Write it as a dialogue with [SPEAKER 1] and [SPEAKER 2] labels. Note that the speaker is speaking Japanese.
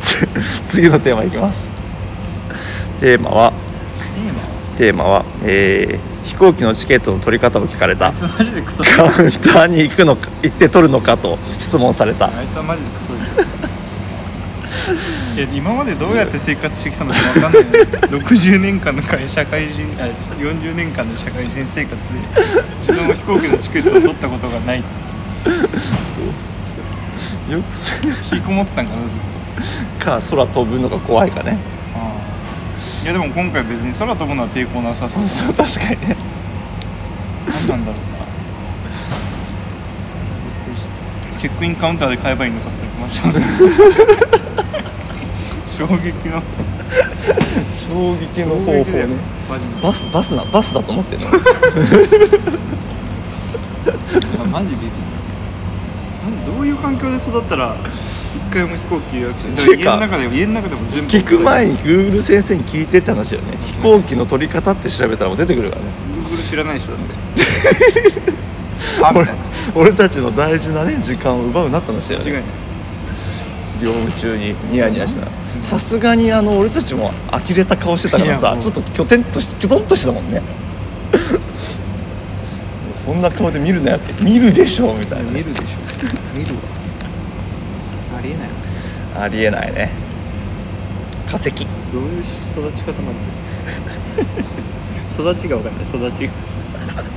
[SPEAKER 1] つ 次のテーマいきますテーマはテ
[SPEAKER 2] テーマは
[SPEAKER 1] ーマは、えー飛行機のチケットの取り方を聞かれた
[SPEAKER 2] あいつマジでク ソ
[SPEAKER 1] カウンターに行くのか行って取るのかと質問された
[SPEAKER 2] あいつはマジでクソでしょいや今までどうやって生活してきたのか分かんないよね60年間の会社会人あ40年間の社会人生活で一度も飛行機のチケットを取ったことがない
[SPEAKER 1] よくせ
[SPEAKER 2] 引きこもってたんかなずっと
[SPEAKER 1] か空飛ぶのが怖いかね
[SPEAKER 2] あーいやでも今回別に空飛ぶのは抵抗なさそう
[SPEAKER 1] そう確かにね
[SPEAKER 2] 何なんだろうなチェックインカウンターで買えばいいのかと思ってました 衝撃の
[SPEAKER 1] 衝撃の方法ね
[SPEAKER 2] マジで
[SPEAKER 1] バスバスなバスだと思ってるの
[SPEAKER 2] あマジビビなんどういう環境で育ったら一回も飛行機予約して
[SPEAKER 1] て
[SPEAKER 2] 家
[SPEAKER 1] いうか
[SPEAKER 2] の中でも家の中でも全部
[SPEAKER 1] 聞く前に Google 先生に聞いてって話だよね飛行機の取り方って調べたらもう出てくるからね
[SPEAKER 2] Google 知らない人 だってあみ
[SPEAKER 1] 俺
[SPEAKER 2] たいな
[SPEAKER 1] 俺たちの大事なね時間を奪うなって話だよ
[SPEAKER 2] 間違いな
[SPEAKER 1] ね
[SPEAKER 2] い
[SPEAKER 1] 業務中にニヤニヤしなさすがにあの俺たちも呆れた顔してたから
[SPEAKER 2] いや
[SPEAKER 1] さ
[SPEAKER 2] もう
[SPEAKER 1] ちょっときょてんとしきょとんとしてたもんねそんな顔で見るなよって見るでしょみたいなね
[SPEAKER 2] 見るでしょ見るわありえな
[SPEAKER 1] あ
[SPEAKER 2] い
[SPEAKER 1] りえないね化石
[SPEAKER 2] どういう育ち方なん だ育ちが分かんない育ちが意味が分かんない